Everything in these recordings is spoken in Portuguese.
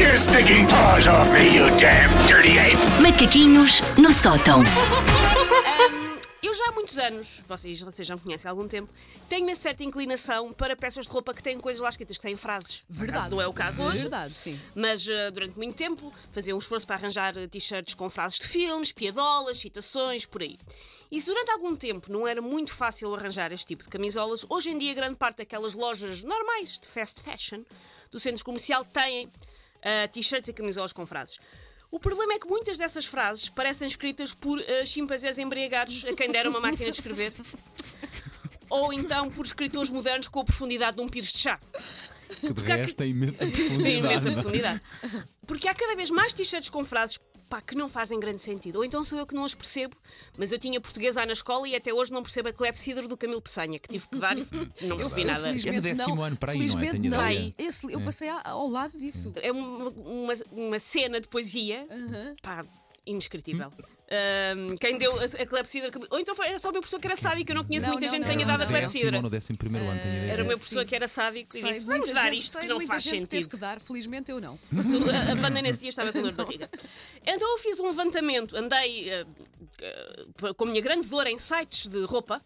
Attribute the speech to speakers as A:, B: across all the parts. A: your stinking paws off me, you damn dirty ape!
B: Macaquinhos no sótão.
C: Hum, Eu já há muitos anos, vocês, vocês já me conhecem há algum tempo, tenho uma certa inclinação para peças de roupa que têm coisas lá escritas, que têm frases. Por acaso
D: Verdade.
C: Não é o caso hoje.
D: Verdade, sim.
C: Mas eh, durante muito tempo fazia um esforço para arranjar eh, t-shirts com frases de filmes, piadolas, citações, por aí. E se durante algum tempo não era muito fácil arranjar este tipo de camisolas, hoje em dia grande parte daquelas lojas normais de fast fashion do centro comercial têm ah, t-shirts e camisolas com frases. O problema é que muitas dessas frases parecem escritas por ah, chimpanzés embriagados a quem deram uma máquina de escrever. Ou então por escritores modernos com a profundidade de um pires de chá.
E: Que de resto tem imensa profundidade.
C: Tem imensa
E: não é?
C: profundidade. Porque há cada vez mais t-shirts com frases pá, que não fazem grande sentido. Ou então sou eu que não as percebo, mas eu tinha português lá na escola e até hoje não percebo a clepsidra do Camilo Peçanha, que tive que dar
D: Hum,
C: e não percebi nada.
D: felizmente
E: É no décimo
D: não.
E: ano, para aí, não é?
D: Felizmente
E: Tenho
D: não.
E: ideia. É.
D: Esse- eu passei a- ao lado disso.
C: É uma, uma, uma cena de poesia pá, indescritível. Ahm, quem deu a, a clepsidra. que- Ou então foi- era só o meu professor que era sábio, que eu não conheço
D: Não,
C: muita
D: não,
C: gente
D: não,
C: que tenha
D: não,
C: dado a
D: não. É,
E: Décimo
C: clepsidra.
E: ou no décimo assim, primeiro ano, tenho ideia.
C: Eh, Era o meu
D: Sim.
C: professor que era sábio que
D: Sei
C: disse:
D: de
C: Vamos
D: muita
C: dar
D: gente-
C: isto
D: sei
C: que
D: de
C: não
D: muita
C: faz
D: gente que teve
C: sentido.
D: que dar, felizmente eu não.
C: Tu- a a banda nesse dia estava com dor de barriga. Então eu fiz um levantamento, andei eh, eh, com a minha grande dor em sites de roupa.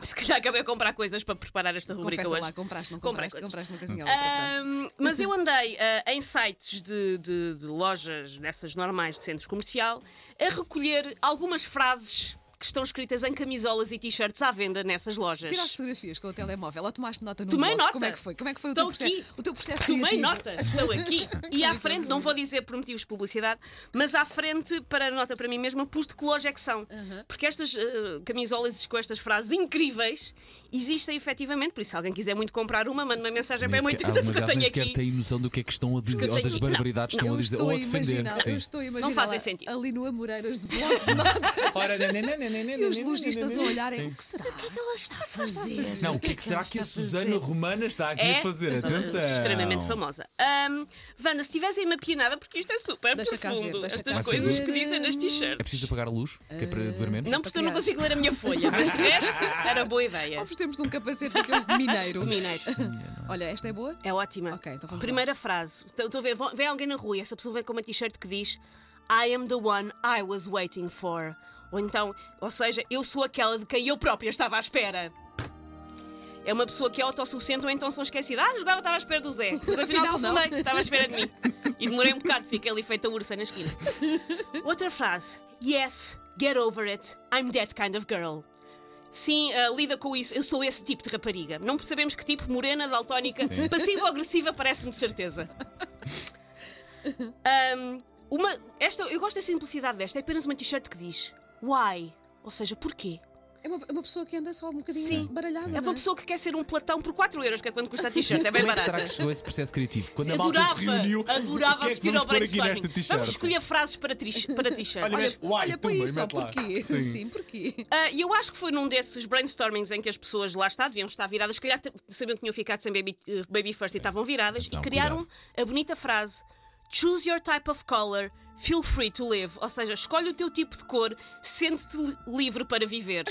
C: Se calhar acabei a comprar coisas para preparar esta rubrica
D: Confessa
C: hoje.
D: lá, compraste, não
C: Comprei Ah, coisas.
D: compraste, compraste uma coisinha ou outra.
C: Ahm,
D: pronto.
C: mas eu andei ah, em sites de, de- de lojas dessas normais de centros comercial a recolher algumas frases que estão escritas em camisolas e t-shirts à venda nessas lojas.
D: Tiraste fotografias com o telemóvel ou tomaste nota no
C: Tomei
D: blog?
C: nota.
D: Como é que foi? Como é que foi o
C: Estou
D: teu processo?
C: aqui.
D: O teu processo
C: Tomei
D: criativo?
C: nota, estou aqui. E à frente, não vou dizer por motivos de publicidade, mas à frente, para a nota para mim mesma, pus de que loja é que são. Porque estas eh, camisolas com estas frases incríveis existem efetivamente. Por isso, se alguém quiser muito comprar uma, manda uma mensagem para
E: Nem
C: a mãe
E: sequer- algumas
C: que eu
E: delas
C: tenho
E: nem sequer
C: aqui.
E: têm noção do que é que estão a dizer,
C: eu
E: ou
C: tenho
E: das
C: aqui-
E: barbaridades que
C: não,
E: estão
D: Eu
E: a dizer,
D: estou
E: ou a
D: a
E: defender.
D: imaginar,
E: Sim.
D: eu estou a imaginar
C: fazem sentido.
D: ali no Amoreiras de bloco de notas
E: né,
D: e os lojistas a olharem. O que será?
C: é
E: Não, né, o que é que será que a Susana Romana está aqui
C: É
E: a fazer? Atenção!
C: Extremamente famosa. Ahm, Wanda, se tivessem uma pianada, porque isto é super
D: Deixa cá ver,
C: profundo,
D: deixa
C: estas
E: cá
C: coisas
E: ver.
C: que dizem nas
E: É
C: t-shirts.
E: preciso apagar a luz? Que é para beber menos?
C: Eh, Não, porque eu não consigo ler a minha folha, mas de resto era boa ideia.
D: Oferecemos-te um capacete daqueles de mineiro.
C: Mineiro.
D: Olha, esta é boa?
C: É ótima.
D: Ok, então vamos lá.
C: Primeira frase. Então, Estou estou a ver, vem alguém na rua e essa pessoa vem com uma t-shirt que diz I am the one I was waiting for. Ou então, ou seja, eu sou aquela de quem eu própria estava à espera. É uma pessoa que é autossuficiente ou então são esquecida. Ah, jogava, estava à espera do Zé. Mas afinal,
D: Afinal, não.
C: confundei, estava à espera de mim. E demorei um bocado, fiquei ali feita ursa na esquina. Outra frase. Yes, get over it. I'm that kind of girl. Sim, ah, lida com isso. Eu sou esse tipo de rapariga. Não percebemos que tipo, morena, daltónica, passiva ou agressiva, parece-me de certeza. Ahm, uma, esta, eu gosto da simplicidade desta. É apenas uma t-shirt que diz Why? Ou seja, porquê?
D: É uma, é uma pessoa que anda só um bocadinho baralhada.
C: É
D: não
C: uma pessoa que quer ser um platão por 4 euros, que é quando custa a t-shirt. É bem
E: Como é que
C: barata.
E: será que chegou a esse processo criativo? Quando a malta
C: adorava,
E: se reuniu,
C: adorava
E: o que é que
C: assistir ao
E: vamos pôr aqui
C: brainstorming.
E: nesta t-shirt?
C: Vamos escolher frases para tri- para t-shirts.
D: Olha,
E: Uai, tumba,
D: olha põe
E: e
D: isso, ó,
E: mete lá.
D: porquê?
E: Sim.
D: Sim, porquê?
C: Ah, E eu acho que foi num desses brainstormings em que as pessoas lá está, deviam estar viradas, se calhar t- sabiam que tinham ficado sem baby, eh, baby first e estavam viradas,
E: Atenção,
C: e criaram a bonita frase: Choose your type of color, feel free to live. Ou seja, escolhe o teu tipo de cor, sente-te li- livre para viver.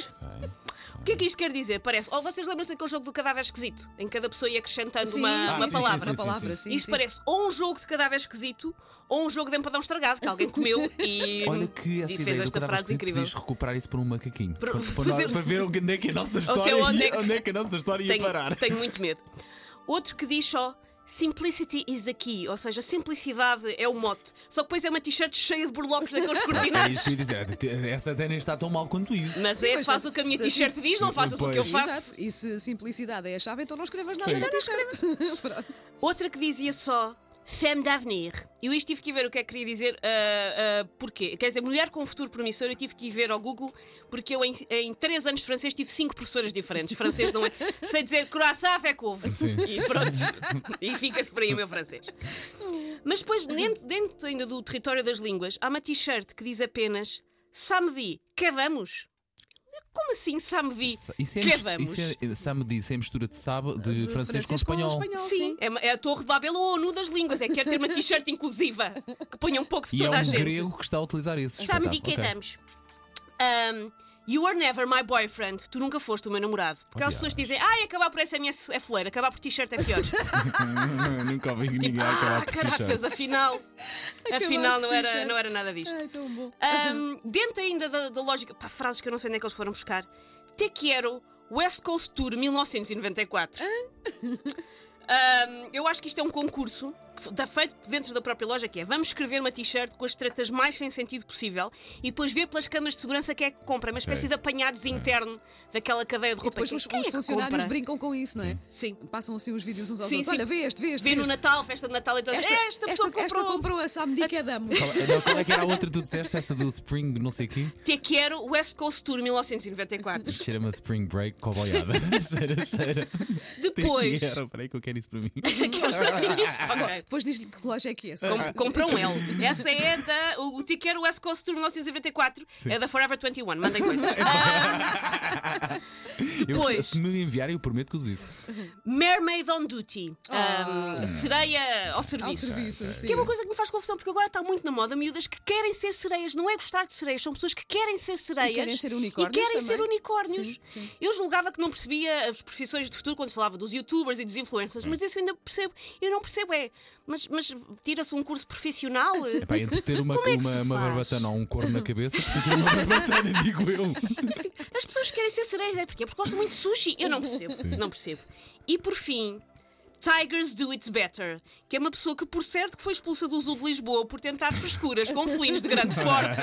C: O que é que isto quer dizer? Parece. Ou vocês lembram-se daquele jogo do cadáver esquisito, em que cada pessoa ia acrescentando uma,
E: sim,
C: uma
E: sim,
C: palavra.
E: sim,
D: Uma palavra,
E: sim.
D: sim.
C: Isto
D: sim.
C: parece ou um jogo de cadáver esquisito ou um jogo de empadão estragado que alguém comeu e,
E: Olha que
C: e
E: essa
C: fez
E: ideia do
C: esta
E: cadáver
C: frase
E: esquisito
C: incrível.
E: podias recuperar isso por um macaquinho. Para, para,
C: fazer-
E: nós- para ver onde é que a nossa história,
C: onde é que-
E: ia, onde é que a nossa história ia
C: tenho,
E: parar.
C: tenho muito medo. Outro que diz só Simplicity is the key, ou seja, simplicidade é o mote. Só que depois é uma t-shirt cheia de burlocos daqueles
E: É
C: coordenados.
E: isso que eu ia dizer. Essa até nem está tão mal quanto isso.
C: Mas
D: Sim,
C: é,
D: mas
C: faça
D: se-
C: o que a minha
D: se-
C: t-shirt diz, não faças o que eu
E: Pois.
C: faço.
D: Exato. E se simplicidade é a chave, então não escrevas nada
E: Sim.
D: na t-shirt. Pronto.
C: Outra que dizia só Femme d'avenir. Eu isto tive que ir ver o que é que queria dizer, ah, ah, porquê? Quer dizer, mulher com futuro promissor, eu tive que ir ver ao Google, porque eu em, em três anos de francês tive cinco professoras diferentes. Francês não é. Sei dizer croissant é couve.
E: Sim.
C: E pronto. e fica-se por aí o meu francês. Mas depois, dentro, dentro ainda do território das línguas, há uma t-shirt que diz apenas Samedi, cavamos. Como assim Samedi,
E: Isso é,
C: cavamos?
E: isso é, Sam disse, é mistura de, sábado, de, francês, com espanhol.
D: sim.
C: Sim, é, uma- é a Torre de Babel ou a ONU das línguas. É que quer ter uma t-shirt inclusiva que ponha um pouco de
E: E é
C: toda a
E: um
C: gente.
F: Então tá,
E: grego que está a utilizar esse.
C: Sabe de
E: Espetáculo,
C: que
E: ok.
C: damos? Ahm, You were never my boyfriend. Tu nunca foste o meu namorado. Porque
F: Oh,
C: as pessoas
F: diabos.
C: dizem, ai, acabar por SMS é fuleira, acabar por t-shirt é pior.
F: Nunca ouvi ninguém acabar
C: ah,
F: por t-shirt.
C: caraças, afinal. afinal, não
D: por
C: era,
D: t-shirt.
C: não era nada disto.
D: Ai, tão bom.
C: Ah, Ahm, dentro ainda da, da lógica. Pá, frases que eu não sei onde é que eles foram buscar. Te quero West Coast Tour 1994. Ahm, eu acho que isto é um concurso que f- da feito dentro da própria loja que é vamos escrever uma t-shirt com as tretas mais sem sentido possível e depois ver pelas câmaras de segurança quem é que compra, uma espécie
F: Ok.
C: de apanhados interno daquela cadeia de
D: E
C: roupa.
D: depois
C: Quem-
D: os,
C: quem
D: os
C: é que
D: funcionários
C: compra?
D: brincam com isso, não é?
C: Sim.
D: Passam assim os vídeos uns aos
C: Sim,
D: outros.
C: sim.
D: Olha, vê este, vê este.
C: Vê no
D: vê este.
C: Natal, festa de Natal e todas
D: Esta,
C: esta, pessoa
D: esta- essa
C: comprou.
D: comprou essa à medida que a damos.
E: Qual- Não, qual é que era a outra que tu disseste? Essa do Spring, não sei o quê?
C: Te quero West Coast Tour 1994.
E: Cheira-me a Spring Break com a boiada. cheira, cheira.
C: Depois.
E: Era, peraí que eu quero isso para mim.
C: Ok.
D: Depois diz-lhe que loja é que é essa.
C: Com, compra um L. Essa é da. O, o tiqueiro West Coast Tour 1994 é da Forever 21. Mandem Ah, coisas.
E: Eu gosto-
C: Depois.
E: se me enviarem, eu prometo que uso isso.
C: Mermaid on Duty. Um, sereia ao serviço.
D: Ah. Ao serviço, sim.
C: Que é uma coisa que me faz confusão, porque agora está muito na moda miúdas que querem ser sereias. Não é gostar de sereias, são pessoas que querem ser sereias.
D: E querem ser unicórnios
C: E querem
D: também.
C: ser unicórnios.
D: Sim, sim.
C: Eu julgava que não percebia as profissões de futuro quando se falava dos youtubers e dos influencers, mas isso eu ainda percebo. Eu não percebo, é. Mas, mas tira-se um curso profissional?
E: Pá, entre ter uma,
C: Como é que se
E: uma, uma
C: faz?
E: barbatana ou um corno na cabeça, prefiro ter uma barbatana, digo eu.
C: As pessoas querem ser sereias, é porque, é porque gostam muito de sushi. Eu não percebo, não percebo. E por fim, Tigers Do It Better, que é uma pessoa que, por certo, que foi expulsa do Zoo de Lisboa por tentar frescuras com felinos de grande porte.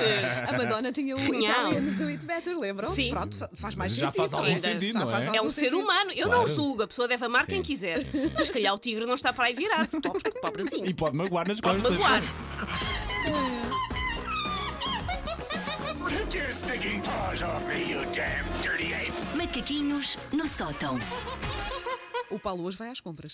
D: A Madonna tinha o
C: Genial.
D: Italians do It Better, lembram-se?
C: Sim.
D: Pronto, só- faz mais
E: Já
D: sentido.
E: faz algum
D: não é?
E: sentido,
D: Já
E: não
D: faz
E: é?
D: algum
C: É um ser
D: sentido.
C: humano, eu não
E: Claro.
C: julgo, a pessoa deve amar quem
E: Sim,
C: quiser.
E: sim, sim.
C: Mas se calhar o tigre não está para aí virado, pobre,
E: E
C: pobrezinho.
E: pode magoar nas
C: Pode
E: costas.
C: magoar.
A: Take your stinking paws off me, you damn dirty ape!
B: Macaquinhos no sótão.
D: O Paulo hoje vai às compras.